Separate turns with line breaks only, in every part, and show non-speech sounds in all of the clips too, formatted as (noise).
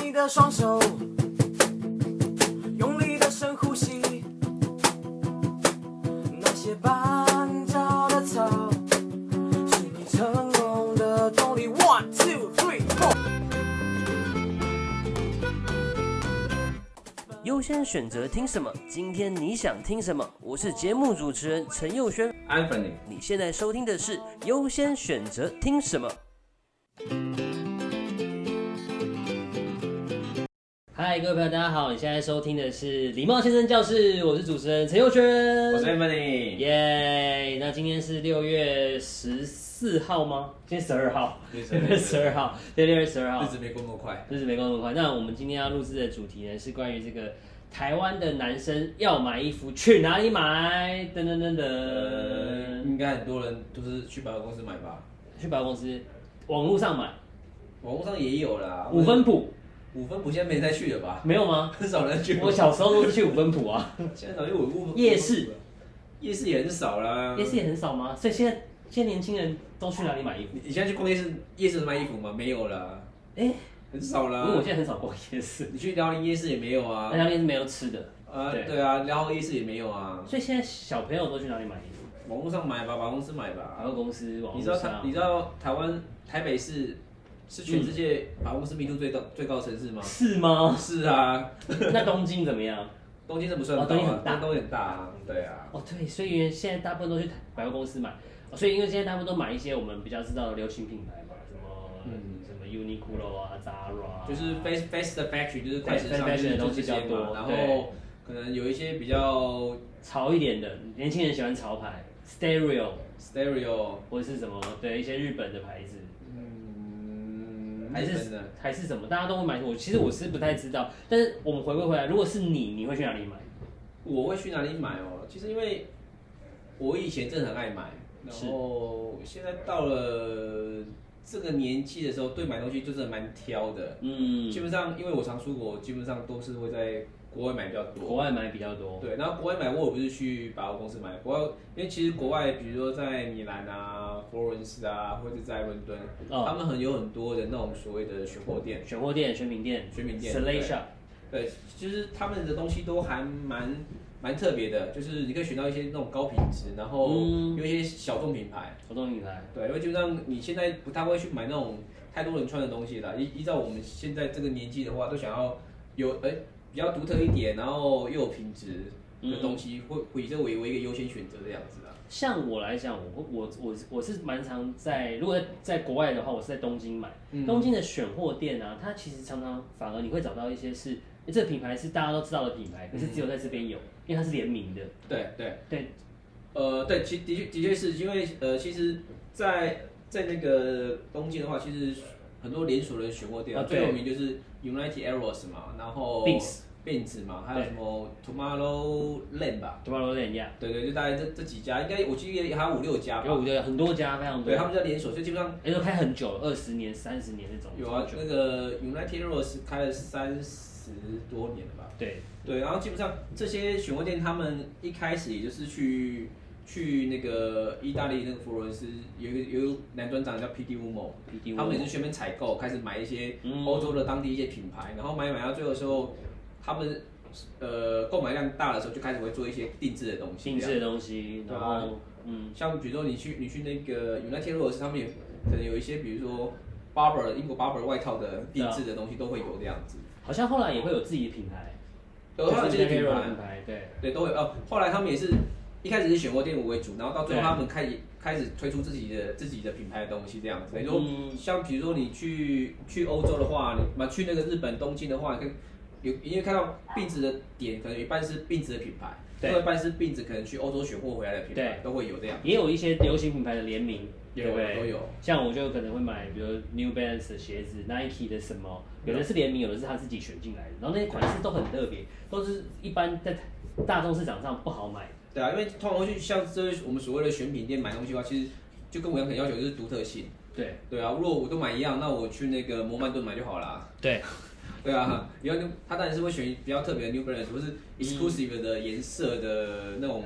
你的双手，用力的深呼吸。那些绊脚的草，是你成功的动力。One two three four。
优先选择听什么？今天你想听什么？我是节目主持人陈佑轩，
Anthony，
你现在收听的是优先选择听什么。嗨，各位朋友，大家好！你现在收听的是《礼貌先生教室》，我是主持人陈佑轩，
我是 Anthony，
耶那今天是六月十四号吗？今天十二号，
今
(laughs)
天
十
12
二号，对，六月十二号
日，子没过那么快，
日子没过那么快。那我们今天要录制的主题呢，是关于这个台湾的男生要买衣服去哪里买？等等等
呃，
等，
应该很多人都是去百货公司买吧，
去百货公司，网络上买，
网络上也有啦。
五分埔
五分埔现在没人再去了吧？ (laughs)
没有吗？
很少人去。
我小时候都是去五分埔啊，
现在早就五五分
夜市，
夜市也很少啦。
夜市也很少吗？所以现在现在年轻人都去哪里买衣服？
你，你现在去逛夜市，夜市有卖衣服吗？没有啦，
哎、
很少
因为我
啦。
现在很少逛夜市，
你去辽宁夜市也没有啊
那，家店是没有吃的，
啊，
对
对啊，辽河夜市也没有啊，
所以现在小朋友都去哪里买衣服？
网络上买吧，百货公司买
百
吧。
货公司、网
你知
络
道台，
上
你，知道台湾台北市是全世界百货公司密度最高最高的城市吗？
嗯是吗？ (laughs)
是啊，
那东京怎么样？
东京这不算
哦
高、啊，
东京很大
东京很大、啊，对啊。
哦，对，所以现在大部分都去百货公司买，哦所以因为现在大部分都买一些我们比较知道的流行品牌嘛，什么、
嗯
什么 Uniqlo 啊、Zara 啊，
就是 face face 的 factory 就是快时
对
尚
fast
就是
fashion 的东西
这些
比较
嘛
多
然
对
后可能有一些比较
潮一点的，年轻人喜欢潮牌，Stereo
stereo，
或者是什么，对一些日本的牌子，
嗯，
还
日本
是
的
还是什么，大家都会买。我其实我是不太知道，但是我们回归回来，如果是你，你会去哪里买？
我会去哪里买哦？其实因为我以前真的很爱买，然
是
后现在到了这个年纪的时候，对买东西就是蛮挑的。
嗯，
基本上，因为我常出国，基本上都是会在国外买比较多。
国外买比较多，
对，然后国外买我也不是去百货公司买，国外因为其实国外比如说在米兰啊、佛罗伦斯啊，或者在伦敦，
哦
他们很有很多的那种所谓的选货店，
选货店、选品店、
选品店
s e l e
对
shop，
对，就是他们的东西都还蛮蛮特别的，就是你可以选到一些那种高品质，然后
嗯
有一些小众品牌，
活动品牌，
对，因为基本上你现在不太会去买那种太多人穿的东西了，依依照我们现在这个年纪的话，都想要有哎、比较独特一点，然后又有品质。的东西会会以这为为一个优先选择的样子啊。
像我来讲，我我我我是蛮常在，如果在在国外的话，我是在东京买。
嗯
东京的选货店啊，它其实常常反而你会找到一些是，诶这个品牌是大家都知道的品牌，可
嗯
是只有在这边有，因为它是联名的。
对对，
对，
呃，对，其的确的确是因为呃，其实在，在那个东京的话，其实很多连锁的选货店、
啊对
最有名就是 United Arrows 嘛，然后
Beats
Beans 嘛，还有
对
什么 Tomorrowland 吧，
Tomorrowland 呀，
对对，就大概这这几家，应该我记得还有五六家
有
吧。
五六很多家，非常多
对，，啊他们在连锁，所以基本上
而且开很久了，二十年、三十年那种。
有啊
超，久
那个 United Arrows 开了三十多年了吧。
对，
对，然后基本上这些选货店，他们一开始也就是去去那个意大利那个佛罗伦斯，有一个有一个男专长叫 P.D. Umo，
PDU
他们也是全哦面采购，开始买一些
嗯
欧洲的当地一些品牌，然后买买到最后的时候，他们呃购买量大的时候，就开始会做一些定制的东西。
定制的东西，
对
然
啊
后嗯，
像比如说你去你去那个 United Rose，他们也可能有一些比如说 Barber 英国 Barber 外套的
啊
定制的东西都会有这样子。
好像后来也会有自己的品牌，
有他们这些品牌，
品牌，对，
对，都有。哦，后来他们也是一开始是选货店为主，然后到最后
对
他们开始开始推出自己的自己的品牌的东西这样子。等于说，
嗯
像比如说你去去欧洲的话，你嘛去那个日本东京的话，你可以有因为看到病子的点，可能有一半是病子的品牌，
对
另外一半是病子可能去欧洲选货回来的品牌，都会有这样。
也有一些流行品牌的联名，
有
对不对？
都有。
像我就可能会买，比如 New Balance 的鞋子、Nike 的什么，
嗯
有的是联名，有的是他自己选进来的。然后那些款式都很特别，都是一般在大众市场上不好买。
对啊，因为通常会去像这些我们所谓的选品店买东西的话，其实就跟我一样，可能要求就是独特性。
对
对啊，如果我都买一样，那我去那个摩曼顿买就好啦。
对，
(laughs) 对啊，然后他当然是会选比较特别的 New Balance 或是 exclusive 的颜色的那种、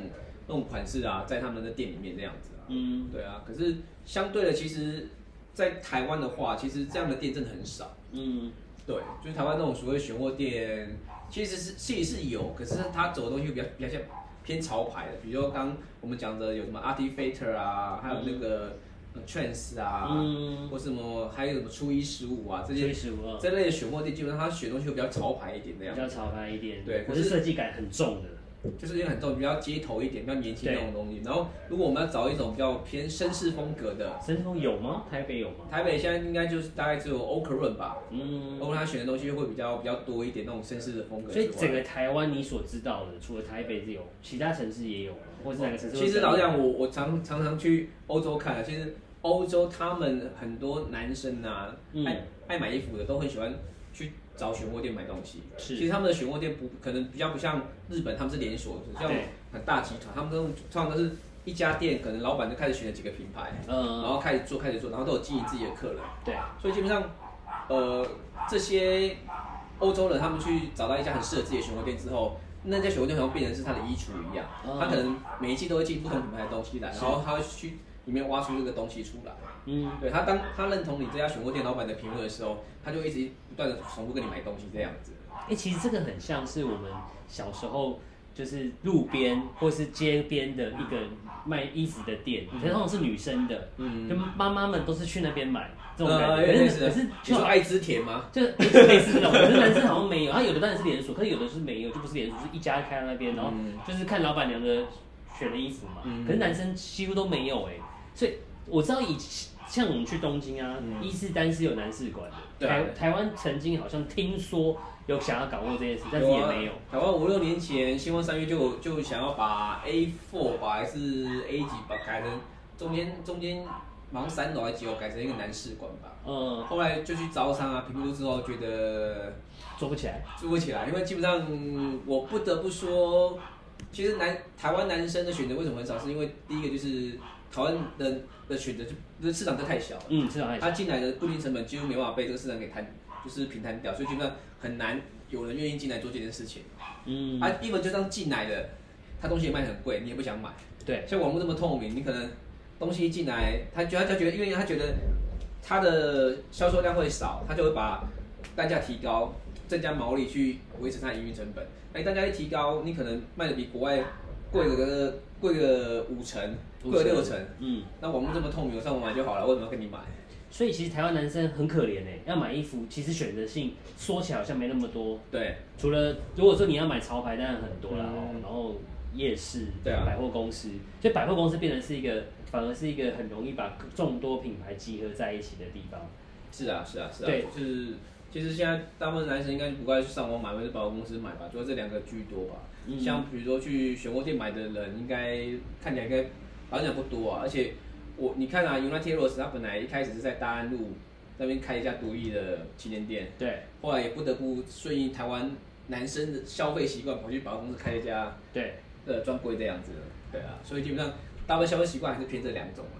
那种款式啊，在他们的店里面这样子啊。
嗯
对啊，可是相对的，其实，在台湾的话，其实这样的店真的很少。
嗯，
对，就是台湾那种所谓选货店，其实是其实是有，可是它走的东西比较比较像偏潮牌的，比如说刚我们讲的有什么 Artifact 啊，还有那个 Trans 啊，
嗯
或什么还有什么初一十五啊这
所以
些
十五二
这类的选货店，基本上它选东西会比较潮牌一点那
比
样，
较潮牌一点，
对
可
可
是
是
设计感很重的，
就是因为很重，比较街头一点，比较年轻那种东西。然后如果我们要找一种比较偏绅士风格的，
神风有吗？台北有吗？
台北现在应该就是大概只有 o k r o n 吧，
嗯，
欧 n 他选的东西会比较比较多一点那种绅士的风格之
所
外。
以整个台湾你所知道的，除了台北是有，其他城市也有吗？或是哪个城市？
哦其实老实讲，我我常常常去欧洲看啊，其实欧洲他们很多男生啊，
嗯
爱爱买衣服的都很喜欢去找选货店买东西。
是
其实他们的选货店不可能比较不像日本，他们是连锁，像
对
很大集团，他们都通常都是一家店，可能老板就开始选了几个品牌，然
嗯，
后开始做开始做，然后都有经营自己的客人。
对，
所以基本上，呃，这些欧洲人他们去找到一家很适合自己的选货店之后，那家选货店好像变成是他的衣橱一样，
嗯
他可能每一季都会进不同品牌的东西来，
是
然后他会去里面挖出这个东西出来。
嗯，
对他当他认同你这家选货店老板的品味的时候，他就一直不断的重复跟你买东西这样子。
哎、其实这个很像是我们小时候就是路边或是街边的一个卖衣服的店，可是通常是女生的，
嗯
就妈妈们都是去那边买这种感
呃
觉。
有
可
点
是
类
可
似
是
的你说爱之甜吗？
就是类似这种，可是男生好像没有，他有的当然是连锁，可是有的是没有，就不是连锁，就是一家开在那边，然后
嗯
就是看老板娘的选的衣服嘛。
嗯
可是男生几乎都没有哎、所以我知道以像我们去东京啊，
嗯
伊势丹是有男士馆的，
对
台台湾曾经好像听说有想要搞过这件事，但是
有
也
啊
没有。
台湾五六年前，星光三月就就想要把 A four 吧，还是 A 几吧，改成中间中间好像三楼还是几楼改成一个男士馆吧。
嗯，
后来就去招商啊，评估之后觉得
做不起来。
做不起来，因为基本上嗯我不得不说，其实男台湾男生的选择为什么很少，是因为第一个就是台湾人的选择就市场真的太小了。
嗯，至少还
他进来的固定成本几乎没办法被这个市场给摊，就是平摊掉，所以基本上很难有人愿意进来做这件事情。
嗯，
啊，一文就这样进来的，他东西也卖得很贵，你也不想买。
对，
像网络这么透明，你可能东西一进来，他觉得他觉得，因为他觉得他的销售量会少，他就会把单价提高，增加毛利去维持他的营运成本。哎，单价一提高，你可能卖的比国外贵个贵个五成，贵个六成。
嗯，
那网络这么透明，我上网买就好了，为什么要跟你买？
所以其实台湾男生很可怜哎、要买衣服其实选择性说起来好像没那么多，
对，
除了如果说你要买潮牌，当然很多啦，哦
嗯
然后夜市、
对啊
百货公司，所以百货公司变成是一个，反而是一个很容易把众多品牌集合在一起的地方。
是啊，是啊，是啊，
对
就是其实现在大部分男生应该不该去上网买，或者是百货公司买吧，主要这两个居多吧。
嗯
像比如说去选货店买的人，应该看起来应该好像不多啊。而且我你看啊，United Rose 它本来一开始是在大安路那边开一家独立的旗舰店，
对
后来也不得不顺应台湾男生的消费习惯，跑去百货公司开一家
对，
呃专柜这样子。对啊，所以基本上大部分消费习惯还是偏这两种啊。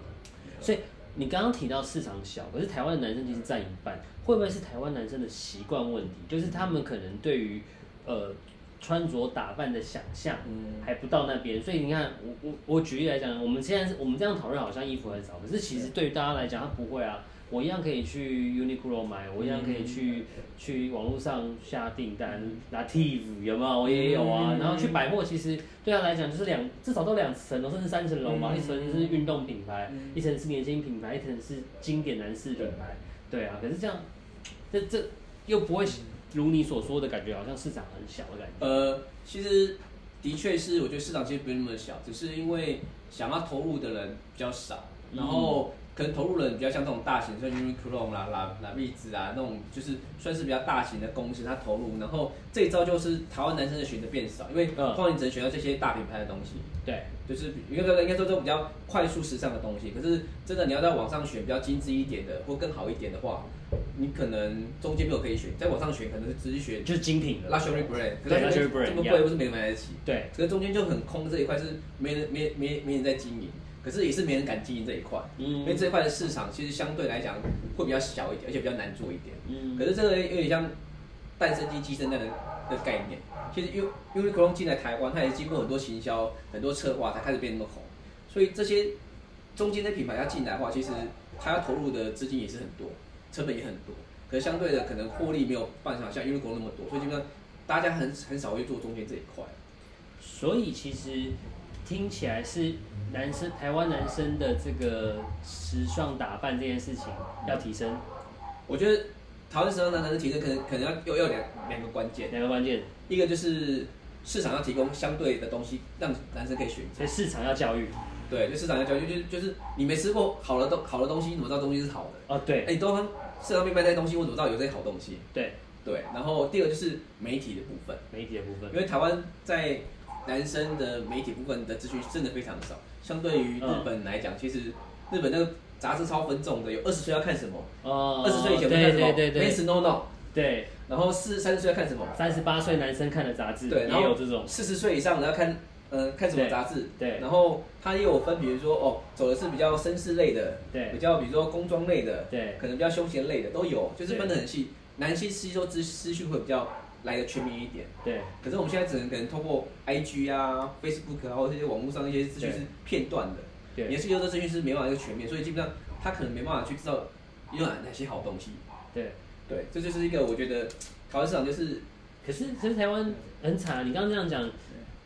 所以你刚刚提到市场小，可是台湾的男生其实占一半，会不会是台湾男生的习惯问题？就是他们可能对于呃穿着打扮的想象
嗯
还不到那边，所以你看，我我我举例来讲，我们现在是我们这样讨论好像衣服很少，可是其实对于大家来讲，他不会啊。我一样可以去 Uniqlo 买，我一样可以去、
嗯
去网络上下订单，Native 有没有？我也有啊。
嗯
然后去百货，其实对他来讲就是两至少都两层哦楼，甚至三层楼嘛，
嗯
一层是运动品牌，
嗯
一层是年轻品牌，一层是经典男士品牌。对啊，可是这样，这这又不会
嗯
如你所说的感觉，好像市场很小的感觉。
呃，其实的确是，我觉得市场其实不是那么小，只是因为想要投入的人比较少，然后可能投入的人比较像这种大型，像 Uniqlo 啦、啦、啦、蜜子啊那种，就是算是比较大型的公司，它投入，然后这一招就是台湾男生的选择变少，因为
嗯
通常你只能选到这些大品牌的东西。
对，
就是比应该说应该说这种比较快速时尚的东西，可是真的你要在网上选比较精致一点的或更好一点的话，你可能中间没有可以选，在网上选可能是只是选
就是精品了。
luxury brand，可
对
是
luxury brand，
这么
一
贵
样
不是没人买得起。
对，
可是中间就很空这一块是没人没没没人在经营，可是也是没人敢经营这一块，因为
嗯
这一块的市场其实相对来讲会比较小一点，而且比较难做一点。
嗯
可是这个有点像蛋生鸡，鸡生蛋的的概念。其实 U Uniqlo 进来台湾，它也经过很多行销、很多策划，才开始变那么红。所以这些中间的品牌要进来的话，其实它要投入的资金也是很多，成本也很多。可是相对的可能获利没有半场像 Uniqlo 那么多，所以基本上大家很很少会做中间这一块。
所以其实听起来是男生台湾男生的这个时尚打扮这件事情要提升，
嗯我觉得台湾时尚男团的提升可能可能要又要两两个关键，
两个关键，
一个就是市场要提供相对的东西让男生可以选择，
所以市场要教育。
对，就市场要教育，就是就是你没吃过好的东好的东西，你怎么知道东西是好的？
哦，
哎、
对
你都市场面卖这些东西，我怎么知道有这些好东西？
对，
对，然后第二个就是媒体的部分，
媒体的部分
因，为台湾在男生的媒体部分的资讯真的非常少，相对于日
嗯
本来讲，其实日本那个杂志超分众的，有二十岁要看什么，
哦，
二十岁以前会看
对
什么
对对对
Men's No No，
对，
然后四三十岁要看什么，
三十八岁男生看的杂志
对，
也
然后
有这种，
四十岁以上的要看呃看什么
对
杂志，
对
然后它也有分，比如说哦走的是比较绅士类的，
对
比较比如说工装类的，
对
可能比较休闲类的都有，就是
对
分得很细。男性吸收资资讯会比较来的全面一点，
对
可是我们现在只能可能通过 IG 啊、Facebook 啊，或者这些网络上的一些资讯
对
是片段的，你的
对
吸收的资讯是没办法一个全面，所以基本上他可能没办法去知道有哪哪些好东西。
对。
对，这就是一个我觉得台湾市场就是
可是，可是台湾很惨啊！你刚刚这样讲，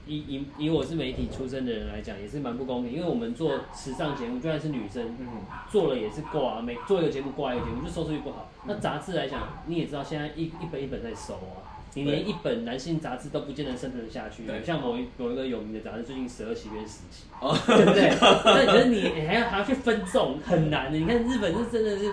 以以以我是媒体出身的人来讲，也是蛮不公平，因为我们做时尚节目，就算是女生，
嗯。
做了也是挂、啊，每做一个节目挂一个节目，就收视率不好。那杂志来讲，你也知道现在一一本一本在收啊，你连一本男性杂志都不见得生存得下去
对。
像某一某一个有名的杂志，最近十二期变十期，
哦
对不对？
(laughs)
那可是你你还要还要去分众，很难的。你看日本是真的是。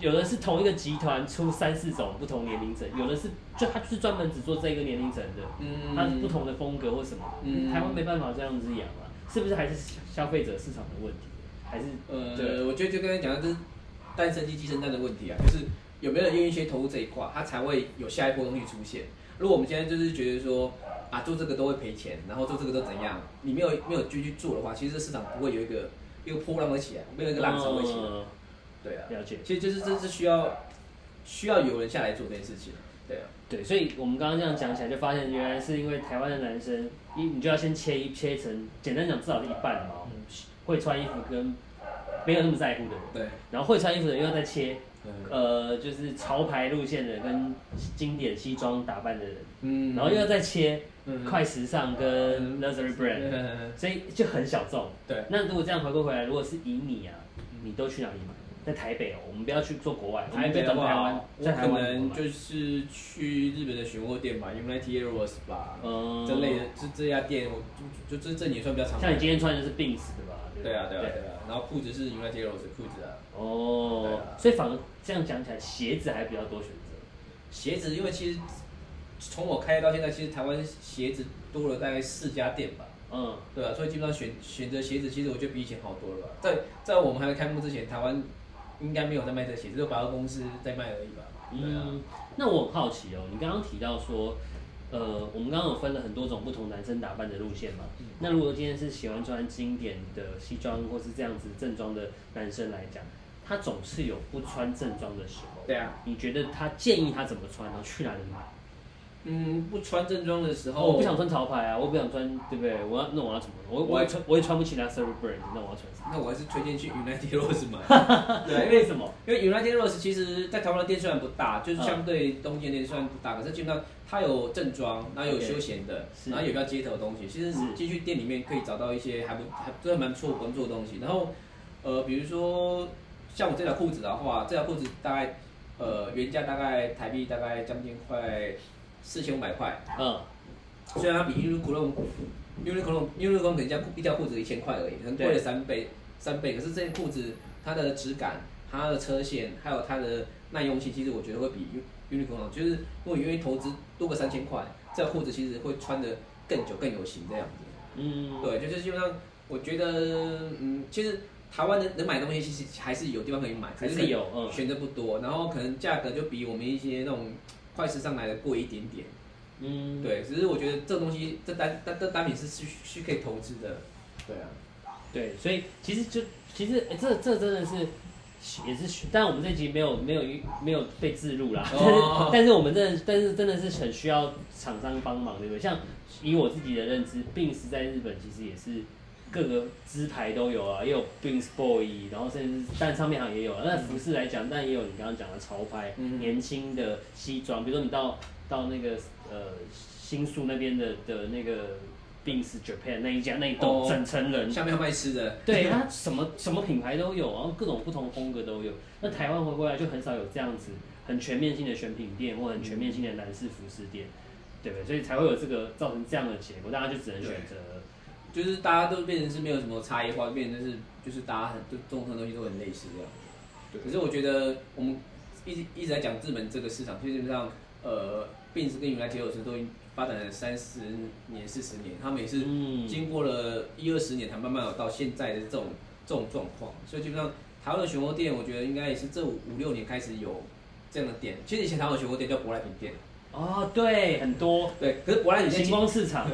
有的是同一个集团出三四种不同年龄层，有的是就他就是专门只做这个年龄层的，
嗯
他不同的风格或什么，
嗯
台湾没办法这样子养啊，是不是还是消费者市场的问题，还是
呃，我觉得就刚才讲的，就是蛋生鸡，鸡生蛋的问题啊，就是有没有人愿意先投入这一块，它才会有下一波东西出现。如果我们现在就是觉得说啊，做这个都会赔钱，然后做这个都怎样，你没有没有继续做的话，其实这市场不会有一个一个波浪会起来，没有一个浪潮会起来。
嗯
对啊，
了解，
其实就是这是需要需要有人下来做这件事情。对啊，
对，所以我们刚刚这样讲起来，就发现原来是因为台湾的男生，一你就要先切一切成，简单讲至少是一半
哦
嘛，会穿衣服跟没有那么在乎的人，
对，
然后会穿衣服的人又再切，
嗯
呃，就是潮牌路线的跟经典西装打扮的人，
嗯
然后又要再切
嗯
快时尚跟 luxury brand，
嗯
所以就很小众。
对，
那如果这样回过回来，如果是以你啊，你都去哪里买？在台北哦，我们不要去做国外，我
台
们就
北的
等台
话
湾，，
我
在
可
台湾
能就是去日本的选货店吧，United Airways 吧，
嗯
这类的，这这家店我就就就这这也算比较常买
像你今天穿的是 Bins 的吧？不
对啊对啊对啊，然后裤子是 United Airways 的裤子啊，对
哦
啊，
所以反而这样讲起来，鞋子还比较多选择。
鞋子因为其实从我开业到现在，其实台湾鞋子多了大概四家店吧，
嗯，
对啊，所以基本上选选择鞋子，其实我觉得比以前好多了吧，在在我们还没开幕之前，台湾应该没有在卖这鞋子，只有百货公司在卖而已吧，对啊，
嗯，那我很好奇哦，你刚刚提到说，呃，我们刚刚有分了很多种不同男生打扮的路线嘛。
嗯
那如果今天是喜欢穿经典的西装或是这样子正装的男生来讲，他总是有不穿正装的时候。
对啊。
你觉得他建议他怎么穿，然后去哪里买？
嗯，不穿正装的时
然
候，
后我不想穿潮牌啊，我不想穿，对不对？我要那我要怎么？我我也穿我也穿不起 luxury brand，那我要穿什么？
那我还是推荐去 United Rose
(laughs)
买。对啊，因为
为什 (laughs) 么？
因为 United Rose 其实在台湾的店虽然不
嗯
大，就是相对东京的店虽然不大，可是基本上它有正装，然后有
OK
休闲的，
是嗯
然后有比较街头的东西。其实你
是
进去店里面可以找到一些还不还真的蛮不错工作的东西。然后呃，比如说像我这条裤子的话，这条裤子大概呃原价大概台币大概将近快四千五百块，
嗯，
虽然它比 Uniqlo Uniqlo Uniqlo 可能家一条裤子一千块而已，可能贵了
对
三倍三倍。可是这件裤子它的质感、它的车线，还有它的耐用性，其实我觉得会比 Uniqlo 就是如果你愿意投资多个三千块，这条裤子其实会穿的更久、更有型这样子。
嗯，
对，就是基本上我觉得，嗯，其实台湾能能买东西，其实还是有地方可以买，
还
只
是有，嗯，
选择不多，然后可能价格就比我们一些那种快时尚来的贵一点点。
嗯，
对，只是我觉得这东西，这单单这单品是是是可以投资的。对啊，
对，所以其实就其实、欸这这真的是也是，但我们这集没有没有没有被置入啦，但是
哦
但是我们真的但是真的是很需要厂商帮忙，对不对？像以我自己的认知，Bings 在日本其实也是各个支牌都有啊，也有 Bings Boy，然后甚至但唱片行也有啊。那服饰来讲，但也有你刚刚讲的潮牌，
嗯
年轻的西装，比如说你到到那个呃新宿那边的的那个 Bings Japan 那一家那一栋、
哦
整层人，
下面要卖吃的， (laughs)
对它什么什么品牌都有，然后各种不同风格都有。那台湾回过来就很少有这样子很全面性的选品店或很全面性的男士服饰店，对不对？所以才会有这个造成这样的结果，大家就只能选择
就是大家都变成是没有什么差异化，变成就是就是大家很就众生的东西都很类似这样。
对
可是我觉得我们一直一直在讲日本这个市场，所以基本上呃，Bins 跟原来铁友石都已经发展了三十年、四十年，他们也是
嗯
经过了一二十年才慢慢有到现在的这种这种状况。所以基本上台湾的熊猫店，我觉得应该也是这五五六年开始有这样的店。其实以前台湾的熊猫店叫舶来品店，
哦，对，很多
对，可是舶来品店其
星
实
光市场，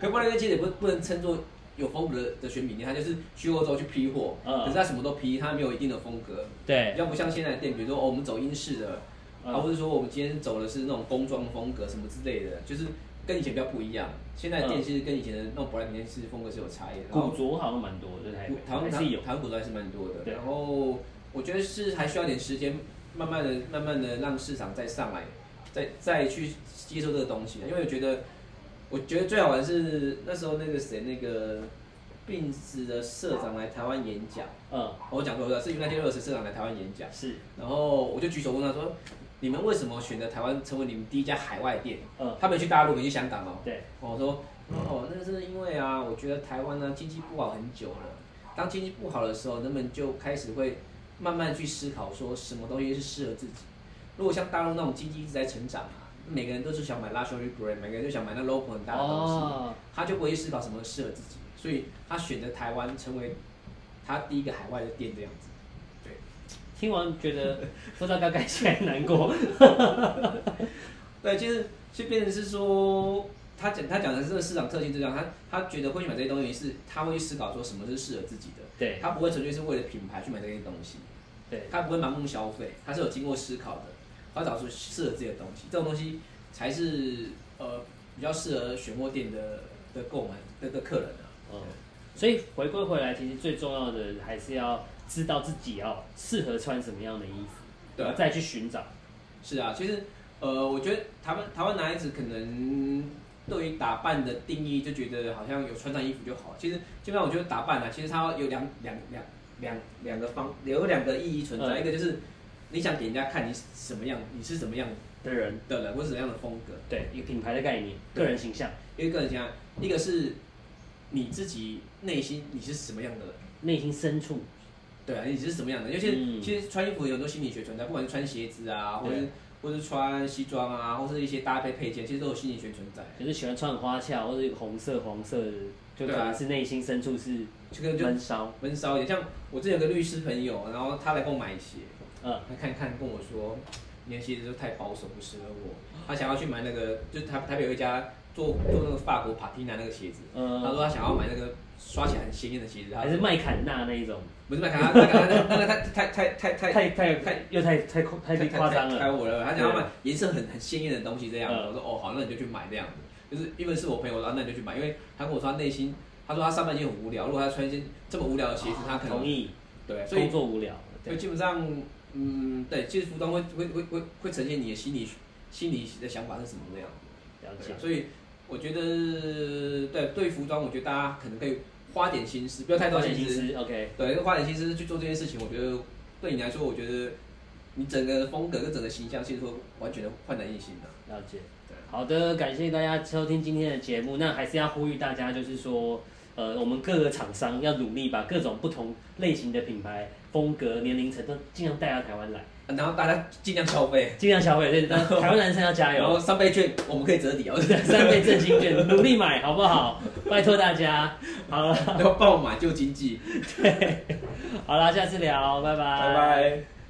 可不然那其实也不不能称作有风格的的选品店，它就是去欧洲去批货，
嗯哎
可是它什么都批，它没有一定的风格，比
对，
较不像现在的店，比如说哦我们走英式的，啊
嗯
或者说我们今天走的是那种工装风格什么之类的，就是跟以前比较不一样。现在的店
嗯
其实跟以前的那种舶来品店其实风格是有差异的，然后
古着好像蛮多的，在台
古
北
台湾
还是有，
台湾古着还是蛮多的。
对啊
然后我觉得是还需要点时间，慢慢的、慢慢的让市场再上来，再再去接受这个东西啊的。因为我觉得，我觉得最好玩的是那时候那个谁那个。病子的社长来台湾演讲，哦
嗯，
我讲过的是 United r o s 社长来台湾演讲，
是，
然后我就举手问他说：“你们为什么选择台湾成为你们第一家海外店？”
嗯，
他们去大陆，没去香港哦。
对，
我说，哦，那是因为啊，我觉得台湾呢经济不好很久了。当经济不好的时候，人们就开始会慢慢去思考，说什么东西是适合自己。如果像大陆那种经济一直在成长啊，每个人都是想买 luxury brand，每个人都想买那 logo 很大的东西，
哦，
他就不会去思考什么适合自己，所以他选择台湾成为他第一个海外的店这样子。
听完觉得不知道该感谢还是难过，
对，其实就变成是说，他讲他讲的这个市场特性就这样，他他觉得会去买这些东西是他会去思考说什么是适合自己的。
对
他不会纯粹是为了品牌去买这些东西，
对，
他不会盲目消费，他是有经过思考的，他找出适合自己的东西，这种东西才是呃比较适合选货店的的购买的的客人啊。
嗯，所以回归回来，其实最重要的还是要知道自己要适合穿什么样的衣服，
对啊
然后再去寻找。
是啊，其实呃，我觉得台湾台湾男孩子可能对于打扮的定义就觉得好像有穿上衣服就好，其实基本上我觉得打扮啊，其实它有两两两两两个方有两个意义存在，
嗯
一个就是你想给人家看你什么样，你是什么样
的人，
的人或者什么样的风格，
对一个品牌的概念、个人形象、
因为个人讲，一个是你自己内心你是什么样的人。
内心深处，
对啊，你是什么样的？尤其、
嗯
其实穿衣服有很多心理学存在，不管是穿鞋子啊，或者
对
或者穿西装啊，或是一些搭配配件，其实都有心理学存在。
就是喜欢穿很花俏或者有红色、黄色的，就可
对啊
能是内心深处是
这个就
闷骚。
闷骚一点。像我之前有个律师朋友，然后他来跟我买鞋，
嗯，
他看一看跟我说，你的鞋子都太保守，不适合我。他想要去买那个，就是台台北有一家做做那个法国帕蒂娜那个鞋子，他
呃，
说他想要买那个刷起来很鲜艳的鞋子，他
还是麦坎纳那一种，
不是麦卡拉，麦卡拉那那那太太太太
太太
太
又太太太太夸张
太
了。
我了。他想要买颜色很很鲜艳的东西这样子，我说哦好，那你就去买这样子。就是因为是我朋友，然后那你就去买，因为他跟我说他内心，他说他上半身很无聊，如果他穿一些这么无聊的鞋子，他可
同
能
意，
对，所以
工作无聊，
所
对，
以基本上，嗯，对，其实服装会会会会会呈现你的心理心理的想法是什么那样
了
对
解
啊。所以我觉得，对对服装，我觉得大家可能可以花点心思，不要太多
花点
心
心
思，
思，OK，
对，花点心思去做这件事情，我觉得对你来说，我觉得你整个风格跟整个形象，其实说完全的焕然一新啊的、
了解
对。
好的，感谢大家收听今天的节目。那还是要呼吁大家，就是说，呃，我们各个厂商要努力把各种不同类型的品牌、风格、年龄层都尽量带到台湾来，
啊然后大家尽量消费，
尽量消费。对，但台湾男生要加
然
油 (laughs)
后，三倍券我们可以折 (laughs) 抵哦，
三倍振兴券，努力买，好不好？拜托大家。好了，
要帮我买旧经济，
好了，下次聊，拜拜。
拜拜。